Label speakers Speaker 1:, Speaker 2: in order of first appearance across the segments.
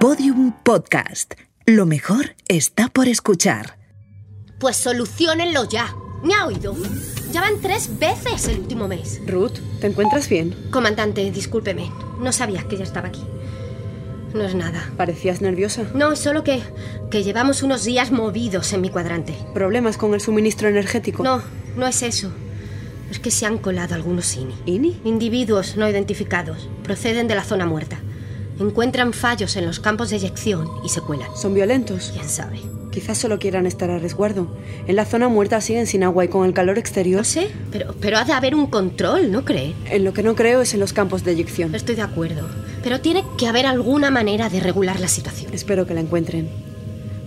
Speaker 1: Podium Podcast. Lo mejor está por escuchar.
Speaker 2: Pues solucionenlo ya. ¿Me ha oído? Ya van tres veces el último mes.
Speaker 3: Ruth, ¿te encuentras bien?
Speaker 2: Comandante, discúlpeme. No sabía que ya estaba aquí. No es nada.
Speaker 3: Parecías nerviosa.
Speaker 2: No, es solo que, que llevamos unos días movidos en mi cuadrante.
Speaker 3: ¿Problemas con el suministro energético?
Speaker 2: No, no es eso. Es que se han colado algunos INI.
Speaker 3: ¿Ini?
Speaker 2: Individuos no identificados. Proceden de la zona muerta. Encuentran fallos en los campos de eyección y se cuelan.
Speaker 3: ¿Son violentos?
Speaker 2: ¿Quién sabe?
Speaker 3: Quizás solo quieran estar a resguardo. En la zona muerta siguen sin agua y con el calor exterior.
Speaker 2: No sé, pero, pero ha de haber un control, ¿no cree?
Speaker 3: En lo que no creo es en los campos de eyección.
Speaker 2: Estoy de acuerdo. Pero tiene que haber alguna manera de regular la situación.
Speaker 3: Espero que la encuentren.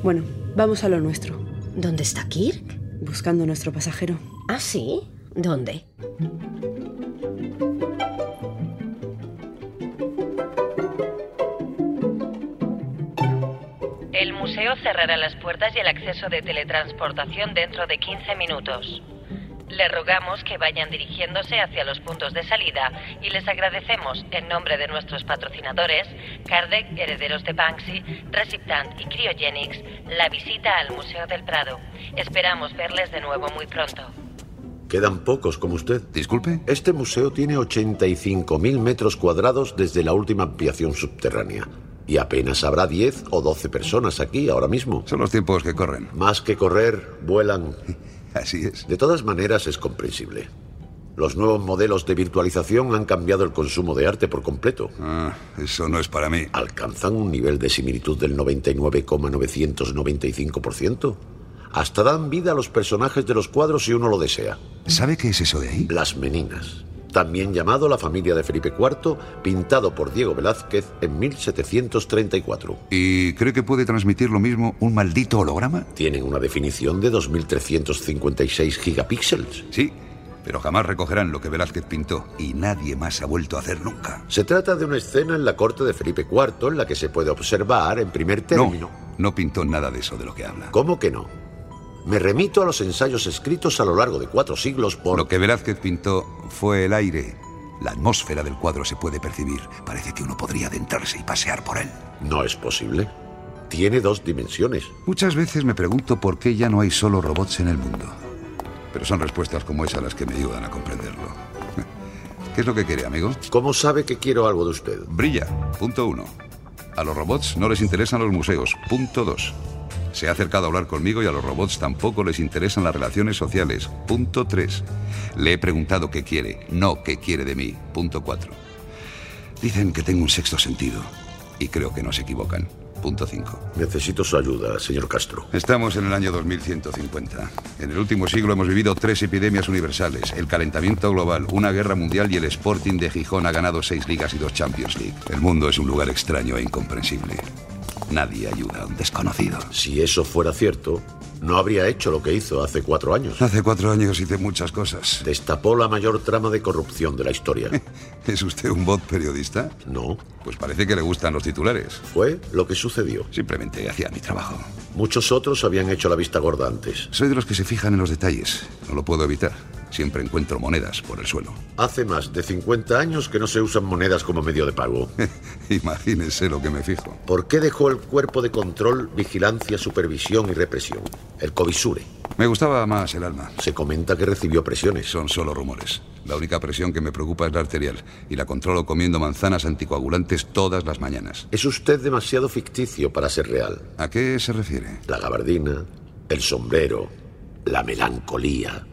Speaker 3: Bueno, vamos a lo nuestro.
Speaker 2: ¿Dónde está Kirk?
Speaker 3: Buscando a nuestro pasajero.
Speaker 2: ¿Ah, sí? ¿Dónde?
Speaker 4: El museo cerrará las puertas y el acceso de teletransportación dentro de 15 minutos. Le rogamos que vayan dirigiéndose hacia los puntos de salida y les agradecemos, en nombre de nuestros patrocinadores, Kardec, Herederos de Banksy, Reciptant y Cryogenics, la visita al Museo del Prado. Esperamos verles de nuevo muy pronto.
Speaker 5: Quedan pocos como usted.
Speaker 6: Disculpe.
Speaker 5: Este museo tiene 85.000 metros cuadrados desde la última ampliación subterránea. Y apenas habrá 10 o 12 personas aquí ahora mismo.
Speaker 6: Son los tiempos que corren.
Speaker 5: Más que correr, vuelan.
Speaker 6: Así es.
Speaker 5: De todas maneras, es comprensible. Los nuevos modelos de virtualización han cambiado el consumo de arte por completo.
Speaker 6: Ah, eso no es para mí.
Speaker 5: Alcanzan un nivel de similitud del 99,995%. Hasta dan vida a los personajes de los cuadros si uno lo desea.
Speaker 6: ¿Sabe qué es eso de ahí?
Speaker 5: Las Meninas, también llamado La familia de Felipe IV, pintado por Diego Velázquez en 1734.
Speaker 6: ¿Y cree que puede transmitir lo mismo un maldito holograma?
Speaker 5: Tienen una definición de 2356 gigapíxeles.
Speaker 6: Sí, pero jamás recogerán lo que Velázquez pintó y nadie más ha vuelto a hacer nunca.
Speaker 5: Se trata de una escena en la corte de Felipe IV en la que se puede observar en primer
Speaker 6: No,
Speaker 5: término.
Speaker 6: no pintó nada de eso de lo que habla.
Speaker 5: ¿Cómo que no? Me remito a los ensayos escritos a lo largo de cuatro siglos por...
Speaker 6: Lo que Velázquez pintó fue el aire. La atmósfera del cuadro se puede percibir. Parece que uno podría adentrarse y pasear por él.
Speaker 5: No es posible. Tiene dos dimensiones.
Speaker 6: Muchas veces me pregunto por qué ya no hay solo robots en el mundo. Pero son respuestas como esa las que me ayudan a comprenderlo. ¿Qué es lo que quiere, amigo?
Speaker 5: ¿Cómo sabe que quiero algo de usted?
Speaker 6: Brilla, punto uno. A los robots no les interesan los museos, punto dos. Se ha acercado a hablar conmigo y a los robots tampoco les interesan las relaciones sociales, punto tres. Le he preguntado qué quiere, no qué quiere de mí, punto cuatro. Dicen que tengo un sexto sentido y creo que no se equivocan, punto cinco.
Speaker 5: Necesito su ayuda, señor Castro.
Speaker 6: Estamos en el año 2150. En el último siglo hemos vivido tres epidemias universales, el calentamiento global, una guerra mundial y el Sporting de Gijón ha ganado seis ligas y dos Champions League. El mundo es un lugar extraño e incomprensible. Nadie ayuda a un desconocido.
Speaker 5: Si eso fuera cierto, no habría hecho lo que hizo hace cuatro años.
Speaker 6: Hace cuatro años hice muchas cosas.
Speaker 5: Destapó la mayor trama de corrupción de la historia.
Speaker 6: ¿Es usted un bot periodista?
Speaker 5: No,
Speaker 6: Pues parece que le gustan los titulares.
Speaker 5: fue lo que sucedió.
Speaker 6: Simplemente hacía mi trabajo.
Speaker 5: Muchos otros habían hecho la vista gorda antes.
Speaker 6: Soy de los que se fijan en los detalles. No lo puedo evitar. Siempre encuentro monedas por el suelo.
Speaker 5: Hace más de 50 años que no se usan monedas como medio de pago.
Speaker 6: Imagínese lo que me fijo.
Speaker 5: ¿Por qué dejó el cuerpo de control, vigilancia, supervisión y represión? El Covisure.
Speaker 6: Me gustaba más el alma.
Speaker 5: Se comenta que recibió presiones.
Speaker 6: Son solo rumores. La única presión que me preocupa es la arterial y la controlo comiendo manzanas anticoagulantes todas las mañanas.
Speaker 5: Es usted demasiado ficticio para ser real.
Speaker 6: ¿A qué se refiere?
Speaker 5: La gabardina, el sombrero, la melancolía.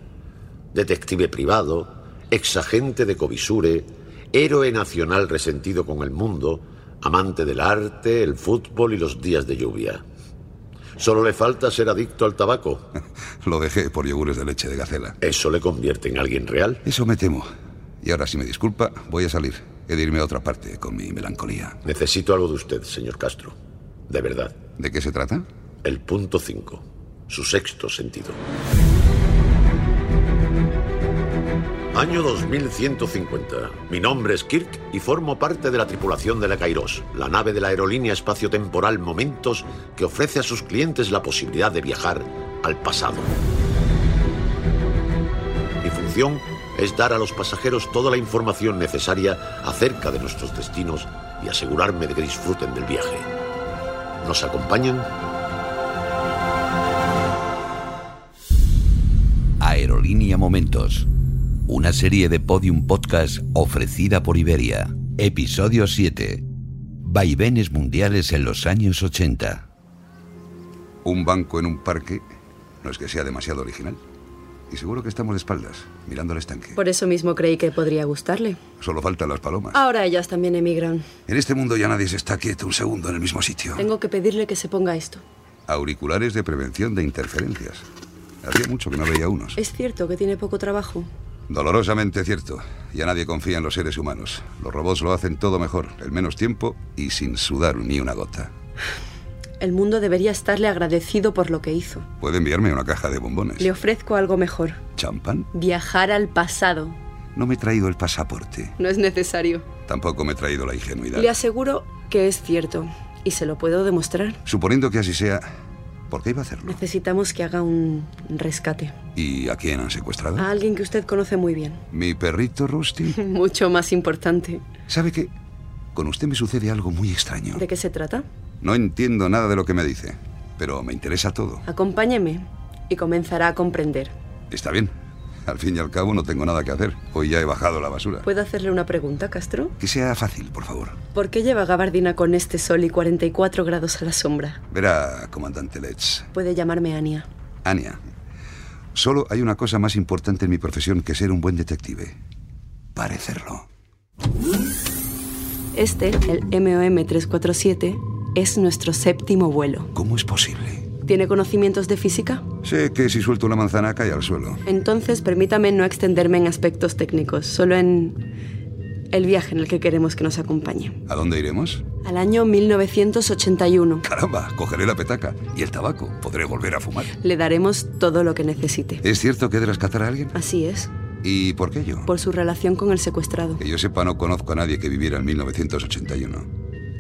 Speaker 5: Detective privado, exagente de Covisure, héroe nacional resentido con el mundo, amante del arte, el fútbol y los días de lluvia. Solo le falta ser adicto al tabaco.
Speaker 6: Lo dejé por yogures de leche de gacela.
Speaker 5: Eso le convierte en alguien real.
Speaker 6: Eso me temo. Y ahora, si me disculpa, voy a salir. He de irme a otra parte con mi melancolía.
Speaker 5: Necesito algo de usted, señor Castro. De verdad.
Speaker 6: ¿De qué se trata?
Speaker 5: El punto 5. Su sexto sentido. Año 2150. Mi nombre es Kirk y formo parte de la tripulación de la Kairos, la nave de la aerolínea espaciotemporal Momentos que ofrece a sus clientes la posibilidad de viajar al pasado. Mi función es dar a los pasajeros toda la información necesaria acerca de nuestros destinos y asegurarme de que disfruten del viaje. ¿Nos acompañan?
Speaker 7: Aerolínea Momentos. Una serie de podium podcast ofrecida por Iberia. Episodio 7. Vaivenes mundiales en los años 80.
Speaker 6: Un banco en un parque no es que sea demasiado original. Y seguro que estamos de espaldas, mirando al estanque.
Speaker 3: Por Ah. eso mismo creí que podría gustarle.
Speaker 6: Solo faltan las palomas.
Speaker 3: Ahora ellas también emigran.
Speaker 6: En este mundo ya nadie se está quieto un segundo en el mismo sitio.
Speaker 3: Tengo que pedirle que se ponga esto.
Speaker 6: Auriculares de prevención de interferencias. Hacía mucho que no veía unos.
Speaker 3: Es cierto que tiene poco trabajo.
Speaker 6: Dolorosamente cierto. Ya nadie confía en los seres humanos. Los robots lo hacen todo mejor, en menos tiempo y sin sudar ni una gota.
Speaker 3: El mundo debería estarle agradecido por lo que hizo.
Speaker 6: Puede enviarme una caja de bombones.
Speaker 3: Le ofrezco algo mejor.
Speaker 6: ¿Champán?
Speaker 3: Viajar al pasado.
Speaker 6: No me he traído el pasaporte.
Speaker 3: No es necesario.
Speaker 6: Tampoco me he traído la ingenuidad.
Speaker 3: Le aseguro que es cierto. Y se lo puedo demostrar.
Speaker 6: Suponiendo que así sea, ¿por qué iba a hacerlo?
Speaker 3: Necesitamos que haga un rescate.
Speaker 6: ¿Y a quién han secuestrado?
Speaker 3: A alguien que usted conoce muy bien.
Speaker 6: Mi perrito Rusty.
Speaker 3: Mucho más importante.
Speaker 6: ¿Sabe qué? Con usted me sucede algo muy extraño.
Speaker 3: ¿De qué se trata?
Speaker 6: No entiendo nada de lo que me dice, pero me interesa todo.
Speaker 3: Acompáñeme y comenzará a comprender.
Speaker 6: Está bien. Al fin y al cabo no tengo nada que hacer. Hoy ya he bajado la basura.
Speaker 3: ¿Puedo hacerle una pregunta, Castro?
Speaker 6: Que sea fácil, por favor.
Speaker 3: ¿Por qué lleva gabardina con este sol y 44 grados a la sombra?
Speaker 6: Verá, comandante Letts.
Speaker 3: Puede llamarme Ania.
Speaker 6: Ania, solo hay una cosa más importante en mi profesión que ser un buen detective. Parecerlo.
Speaker 3: Este, el MOM 347, es nuestro séptimo vuelo.
Speaker 6: ¿Cómo es posible?
Speaker 3: ¿Tiene conocimientos de física?
Speaker 6: Sé que si suelto una manzana cae al suelo.
Speaker 3: Entonces permítame no extenderme en aspectos técnicos, solo en el viaje en el que queremos que nos acompañe.
Speaker 6: ¿A dónde iremos?
Speaker 3: Al año 1981.
Speaker 6: Caramba, cogeré la petaca y el tabaco. Podré volver a fumar.
Speaker 3: Le daremos todo lo que necesite.
Speaker 6: ¿Es cierto que he de rescatar a alguien?
Speaker 3: Así es,
Speaker 6: ¿Y por qué yo?
Speaker 3: por su relación con el secuestrado.
Speaker 6: Que yo sepa, no conozco a nadie que viviera en 1981.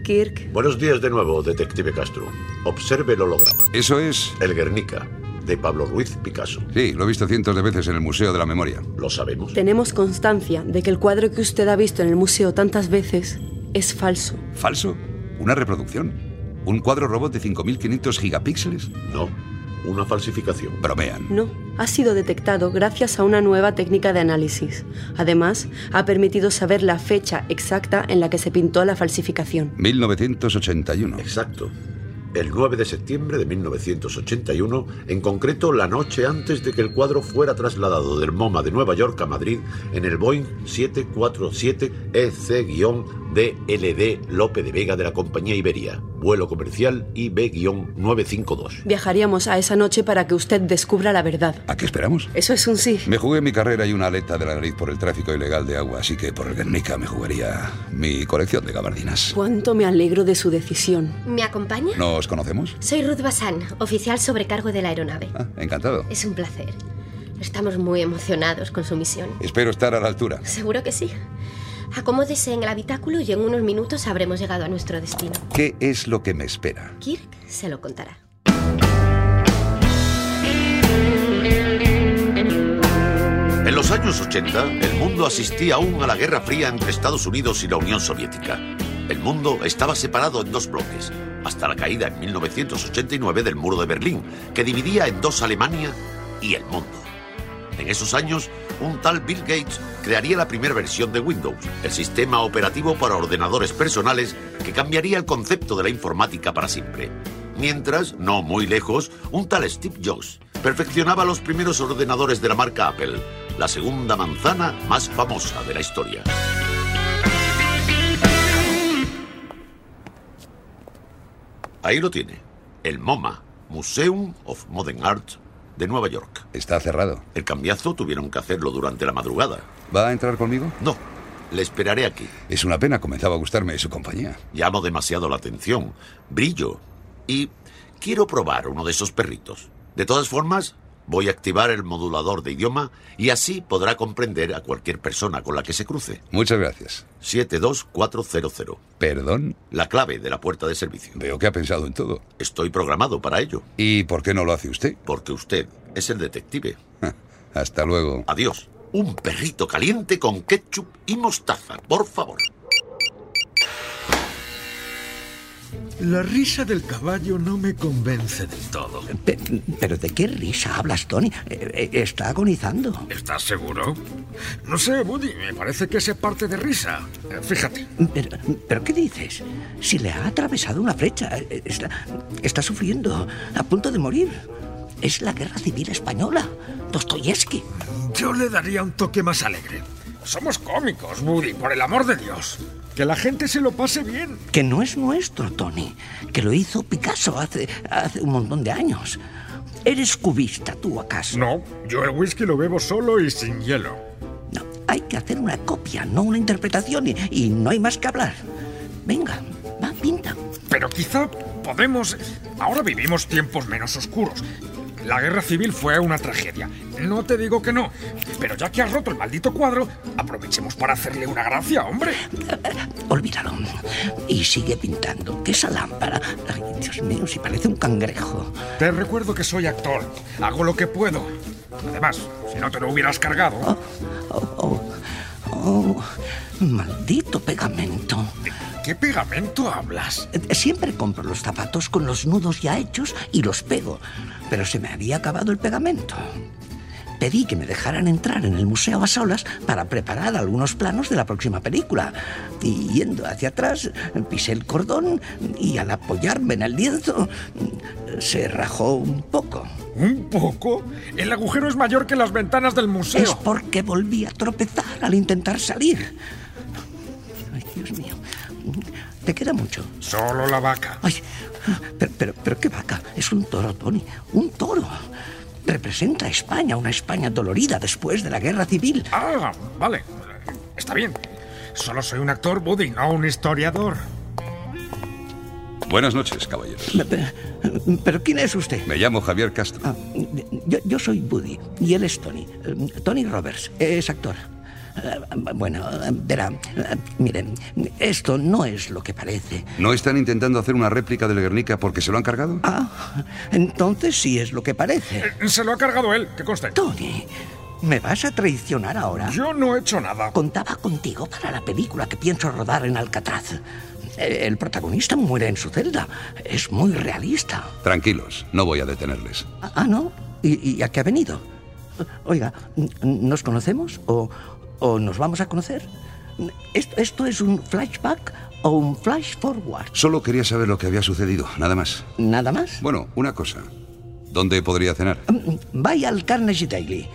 Speaker 3: Kirk,
Speaker 5: Buenos días de nuevo, detective Castro. Observe el holograma.
Speaker 6: Eso es...
Speaker 5: El Guernica, de Pablo Ruiz Picasso.
Speaker 6: Sí, lo he visto cientos de veces en el Museo de la Memoria.
Speaker 5: ¿Lo sabemos?
Speaker 3: tenemos constancia de que el cuadro que usted ha visto en el museo tantas veces es falso.
Speaker 6: ¿Falso? ¿Una reproducción? ¿Un cuadro robot de 5.500 gigapíxeles?
Speaker 5: No, una falsificación.
Speaker 6: Bromean.
Speaker 3: No, ha sido detectado gracias a una nueva técnica de análisis. Además, ha permitido saber la fecha exacta en la que se pintó la falsificación.
Speaker 6: 1981.
Speaker 5: Exacto. El 9 de septiembre de 1981, en concreto la noche antes de que el cuadro fuera trasladado del MoMA de Nueva York a Madrid en el Boeing E 747-EC-DLD Lope de Vega de la compañía Iberia, vuelo comercial IB-952.
Speaker 3: Viajaríamos a esa noche para que usted descubra la verdad.
Speaker 6: ¿A qué esperamos?
Speaker 3: Eso es un sí.
Speaker 6: Me jugué mi carrera y una aleta de la nariz por el tráfico ilegal de agua, así que por el Guernica me jugaría mi colección de gabardinas.
Speaker 3: Cuánto me alegro de su decisión.
Speaker 2: ¿Me acompaña?
Speaker 6: ¿Nos conocemos?
Speaker 2: Soy Ruth Bazán, oficial sobrecargo de la aeronave.
Speaker 6: Ah, encantado.
Speaker 2: Es un placer. Estamos muy emocionados con su misión.
Speaker 6: Espero estar a la altura.
Speaker 2: Seguro que sí. Acomódese en el habitáculo y en unos minutos habremos llegado a nuestro destino.
Speaker 6: ¿Qué es lo que me espera?
Speaker 2: Kirk se lo contará.
Speaker 5: En los años 80, el mundo asistía aún a la Guerra Fría entre Estados Unidos y la Unión Soviética. El mundo estaba separado en dos bloques, hasta la caída en 1989 del muro de Berlín, que dividía en dos Alemania y el mundo. En esos años, un tal Bill Gates crearía la primera versión de Windows, el sistema operativo para ordenadores personales que cambiaría el concepto de la informática para siempre. Mientras, no muy lejos, un tal Steve Jobs perfeccionaba los primeros ordenadores de la marca Apple, la segunda manzana más famosa de la historia. Ahí lo tiene, el MoMA, Museum of Modern Art de Nueva York.
Speaker 6: Está cerrado.
Speaker 5: El cambiazo tuvieron que hacerlo durante la madrugada.
Speaker 6: ¿Va a entrar conmigo?
Speaker 5: No, le esperaré aquí.
Speaker 6: Es una pena, comenzaba a gustarme su compañía.
Speaker 5: Llamo demasiado la atención. Brillo. Y quiero probar uno de esos perritos. De todas formas, voy a activar el modulador de idioma y así podrá comprender a cualquier persona con la que se cruce.
Speaker 6: Muchas gracias.
Speaker 5: 72400.
Speaker 6: Perdón,
Speaker 5: La clave de la puerta de servicio.
Speaker 6: veo que ha pensado en todo.
Speaker 5: Estoy programado para ello,
Speaker 6: ¿Y por qué no lo hace usted?
Speaker 5: porque usted es el detective.
Speaker 6: Ja, Hasta luego.
Speaker 5: Adiós. Un perrito caliente con ketchup y mostaza, por favor.
Speaker 8: La risa del caballo no me convence del todo.
Speaker 9: Pe- ¿Pero de qué risa hablas, Tony? Eh, eh, Está agonizando.
Speaker 8: ¿Estás seguro? No sé, Buddy, me parece que se parte de risa. Eh, Fíjate.
Speaker 9: Pero, pero qué dices? Si le ha atravesado una flecha, eh, está, está sufriendo, a punto de morir. Es la guerra civil española. Dostoyevsky.
Speaker 8: Yo le daría un toque más alegre. Somos cómicos, Buddy, por el amor de Dios. Que la gente se lo pase bien.
Speaker 9: Que no es nuestro, Tony. Que lo hizo Picasso hace, hace un montón de años. ¿Eres cubista tú acaso?
Speaker 8: No, yo el whisky lo bebo solo y sin hielo.
Speaker 9: No, hay que hacer una copia, no una interpretación, y, y no hay más que hablar. Venga, va, pinta.
Speaker 8: Pero quizá podemos... Ahora vivimos tiempos menos oscuros. La guerra civil fue una tragedia. No te digo que no. Pero ya que has roto el maldito cuadro, aprovechemos para hacerle una gracia, hombre.
Speaker 9: Olvídalo. Y sigue pintando, que esa lámpara. Ay, Dios mío, si parece un cangrejo.
Speaker 8: Te recuerdo que soy actor. Hago lo que puedo. Además, si no te lo hubieras cargado...
Speaker 9: Oh, oh, oh, maldito pegamento.
Speaker 8: ¿De qué pegamento hablas?
Speaker 9: Eh, Siempre compro los zapatos con los nudos ya hechos y los pego, pero se me había acabado el pegamento. Pedí que me dejaran entrar en el museo a solas para preparar algunos planos de la próxima película. Y yendo hacia atrás, pisé el cordón y al apoyarme en el lienzo, se rajó un poco.
Speaker 8: ¿Un poco? El agujero es mayor que las ventanas del museo.
Speaker 9: Es porque volví a tropezar al intentar salir. Ay, Dios mío. Te queda mucho.
Speaker 8: Solo la vaca.
Speaker 9: Ay, pero, pero, pero qué vaca. Es un toro, Tony. Un toro. Representa a España, una España dolorida después de la guerra civil.
Speaker 8: Ah, vale. Está bien. Solo soy un actor, Buddy, no un historiador.
Speaker 6: Buenas noches, caballeros.
Speaker 9: Pero, pero ¿quién es usted?
Speaker 6: Me llamo Javier Castro.
Speaker 9: Ah, yo, yo soy Buddy y él es Tony. Eh, Tony Roberts, es actor. Eh, Bueno, eh, verá, eh, miren, esto no es lo que parece.
Speaker 6: ¿No están intentando hacer una réplica del Guernica porque se lo han cargado?
Speaker 9: Ah, entonces sí es lo que parece.
Speaker 8: Eh, Se lo ha cargado él, que conste.
Speaker 9: Tony, ¿me vas a traicionar ahora?
Speaker 8: Yo no he hecho nada.
Speaker 9: Contaba contigo para la película que pienso rodar en Alcatraz. Eh, El protagonista muere en su celda. Es muy realista.
Speaker 6: Tranquilos, no voy a detenerles.
Speaker 9: Ah, ah, ¿no? ¿Y, y a qué ha venido? Oiga, ¿nos conocemos o, o nos vamos a conocer? ¿Esto, ¿Esto es un flashback o un flash forward?
Speaker 6: Solo quería saber lo que había sucedido, nada más.
Speaker 9: ¿Nada más?
Speaker 6: Bueno, una cosa. ¿Dónde podría cenar?
Speaker 9: Mm, Vaya al Carnegie Daily.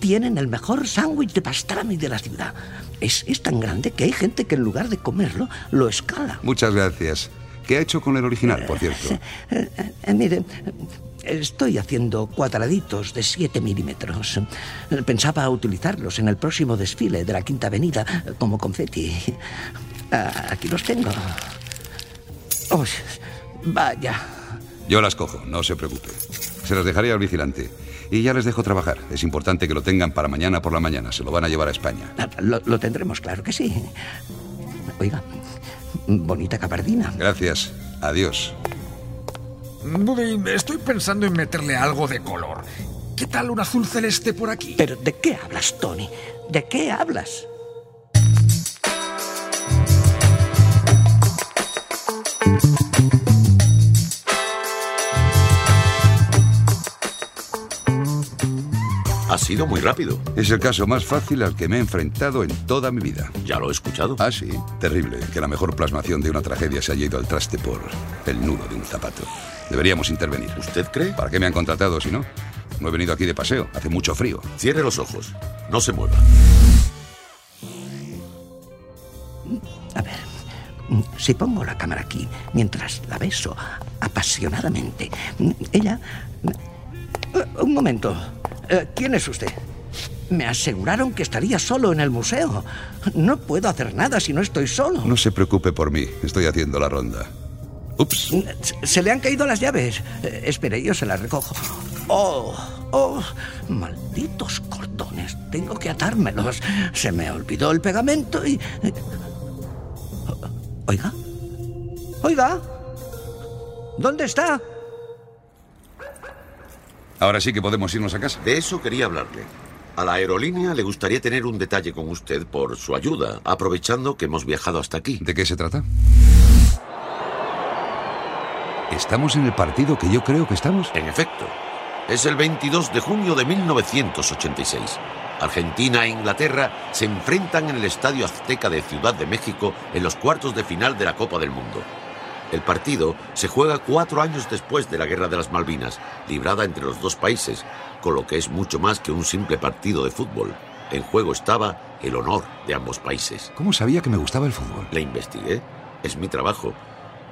Speaker 9: Tienen el mejor sándwich de pastrami de la ciudad. Es, es tan grande que hay gente que en lugar de comerlo, lo escala.
Speaker 6: Muchas gracias. ¿Qué ha hecho con el original, por cierto?
Speaker 9: Eh, eh, eh, mire, estoy haciendo cuadraditos de 7 milímetros. Pensaba utilizarlos en el próximo desfile de la Quinta Avenida eh, como confeti. Ah, Aquí los tengo. Oh, vaya.
Speaker 6: Yo las cojo, no se preocupe. Se las dejaré al vigilante. Y ya les dejo trabajar. Es importante que lo tengan para mañana por la mañana. Se lo van a llevar a España.
Speaker 9: Lo, lo tendremos, claro que sí. Oiga, bonita cabardina.
Speaker 6: Gracias. Adiós.
Speaker 8: Buddy, estoy pensando en meterle algo de color. ¿Qué tal un azul celeste por aquí?
Speaker 9: ¿Pero de qué hablas, Tony? ¿De qué hablas?
Speaker 5: Ha sido muy rápido.
Speaker 6: Es el caso más fácil al que me he enfrentado en toda mi vida.
Speaker 5: Ya lo he escuchado.
Speaker 6: Ah, sí. Terrible que la mejor plasmación de una tragedia se haya ido al traste por el nudo de un zapato. Deberíamos intervenir.
Speaker 5: ¿Usted cree?
Speaker 6: ¿Para qué me han contratado si no? No he venido aquí de paseo. Hace mucho frío.
Speaker 5: Cierre los ojos. No se mueva.
Speaker 9: A ver, mm, si pongo la cámara aquí mientras la beso apasionadamente, mm, ella... mm, eh, Un momento. Eh, ¿Quién es usted? Me aseguraron que estaría solo en el museo. No puedo hacer nada si no estoy solo.
Speaker 6: No se preocupe por mí. Estoy haciendo la ronda. Ups.
Speaker 9: Mm, se- Se le han caído las llaves. Eh, espere, yo se las recojo. ¡Oh! ¡Oh! Malditos cordones. Tengo que atármelos. Se me olvidó el pegamento y... eh, Oiga. Oiga. ¿Dónde está?
Speaker 6: Ahora sí que podemos irnos a casa.
Speaker 5: De eso quería hablarle. A la aerolínea le gustaría tener un detalle con usted por su ayuda, aprovechando que hemos viajado hasta aquí.
Speaker 6: ¿De qué se trata? Estamos en el partido que yo creo que estamos.
Speaker 5: En efecto, es el 22 de junio de 1986. Argentina e Inglaterra se enfrentan en el Estadio Azteca de Ciudad de México en los cuartos de final de la Copa del Mundo. El partido se juega cuatro años después de la Guerra de las Malvinas, librada entre los dos países, con lo que es mucho más que un simple partido de fútbol. En juego estaba el honor de ambos países.
Speaker 6: ¿Cómo sabía que me gustaba el fútbol?
Speaker 5: Le investigué, es mi trabajo.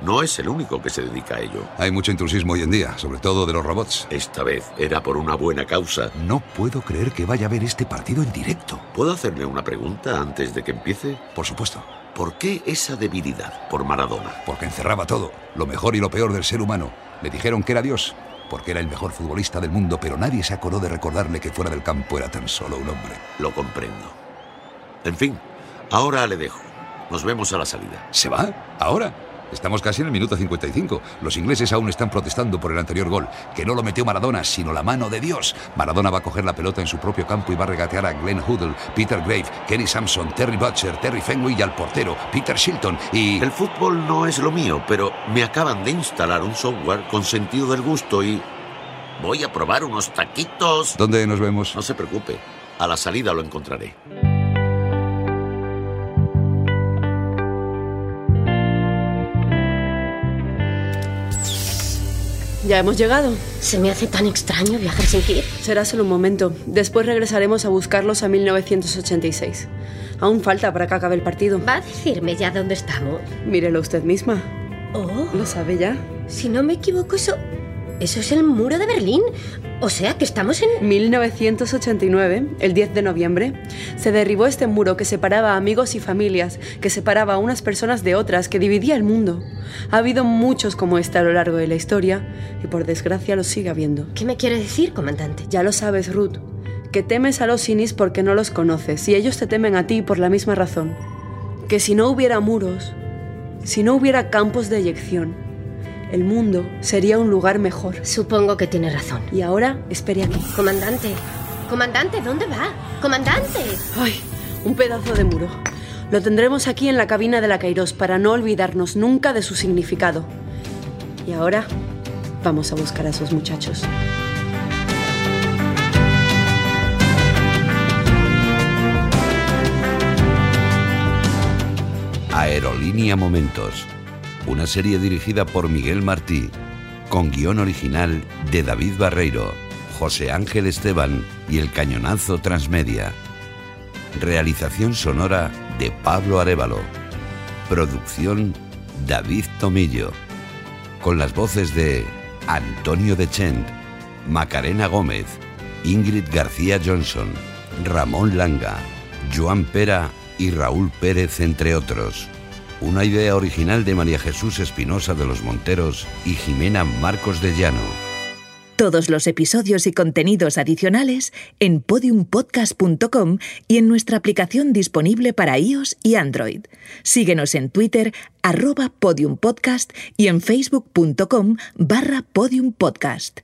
Speaker 5: No es el único que se dedica a ello.
Speaker 6: Hay mucho intrusismo hoy en día, sobre todo de los robots.
Speaker 5: Esta vez era por una buena causa.
Speaker 6: No puedo creer que vaya a ver este partido en directo.
Speaker 5: ¿Puedo hacerle una pregunta antes de que empiece?
Speaker 6: Por supuesto,
Speaker 5: ¿Por qué esa debilidad por Maradona?
Speaker 6: porque encerraba todo, lo mejor y lo peor del ser humano. Le dijeron que era Dios, porque era el mejor futbolista del mundo, pero nadie se acordó de recordarle que fuera del campo era tan solo un hombre.
Speaker 5: Lo comprendo. En fin, ahora le dejo. Nos vemos a la salida.
Speaker 6: ¿Se va? ¿Ahora? Estamos casi en el minuto 55. Los ingleses aún están protestando por el anterior gol, que no lo metió Maradona, sino la mano de Dios. Maradona va a coger la pelota en su propio campo y va a regatear a Glenn Hoddle, Peter Grave, Kenny Sampson, Terry Butcher, Terry Fenway y al portero, Peter Shilton. Y...
Speaker 5: El fútbol no es lo mío, pero me acaban de instalar un software con sentido del gusto y... Voy a probar unos taquitos.
Speaker 6: ¿Dónde nos vemos?
Speaker 5: No se preocupe, a la salida lo encontraré.
Speaker 3: Ya hemos llegado.
Speaker 2: Se me hace tan extraño viajar sin kit.
Speaker 3: Será solo un momento. Después regresaremos a buscarlos a 1986. Aún falta para que acabe el partido.
Speaker 2: ¿Va a decirme ya dónde estamos?
Speaker 3: Mírelo usted misma.
Speaker 2: Oh,
Speaker 3: ¿Lo sabe ya?
Speaker 2: si no me equivoco, eso... Eso es el muro de Berlín. O sea que estamos en...
Speaker 3: 1989, el 10 de noviembre, se derribó este muro que separaba a amigos y familias, que separaba a unas personas de otras, que dividía el mundo. Ha habido muchos como este a lo largo de la historia y por desgracia los sigue habiendo.
Speaker 2: ¿Qué me quiere decir, comandante?
Speaker 3: Ya lo sabes, Ruth, que temes a los sinis porque no los conoces y ellos te temen a ti por la misma razón. Que si no hubiera muros, si no hubiera campos de eyección, el mundo sería un lugar mejor.
Speaker 2: Supongo que tiene razón.
Speaker 3: Y ahora, espere aquí.
Speaker 2: Comandante. Comandante, ¿dónde va? Comandante.
Speaker 3: ¡Ay! Un pedazo de muro. Lo tendremos aquí en la cabina de la Kairos para no olvidarnos nunca de su significado. Y ahora vamos a buscar a esos muchachos.
Speaker 7: Aerolínea Momentos, una serie dirigida por Miguel Martí, con guión original de David Barreiro, José Ángel Esteban y El Cañonazo Transmedia. Realización sonora de Pablo Arevalo. Producción David Tomillo. Con las voces de Antonio Dechent, Macarena Gómez, Ingrid García Johnson, Ramón Langa, Joan Pera y Raúl Pérez, entre otros. Una idea original de María Jesús Espinosa de los Monteros y Jimena Marcos de Llano.
Speaker 1: Todos los episodios y contenidos adicionales en podiumpodcast.com y en nuestra aplicación disponible para iOS y Android. Síguenos en Twitter, arroba podiumpodcast y en facebook.com barra podiumpodcast.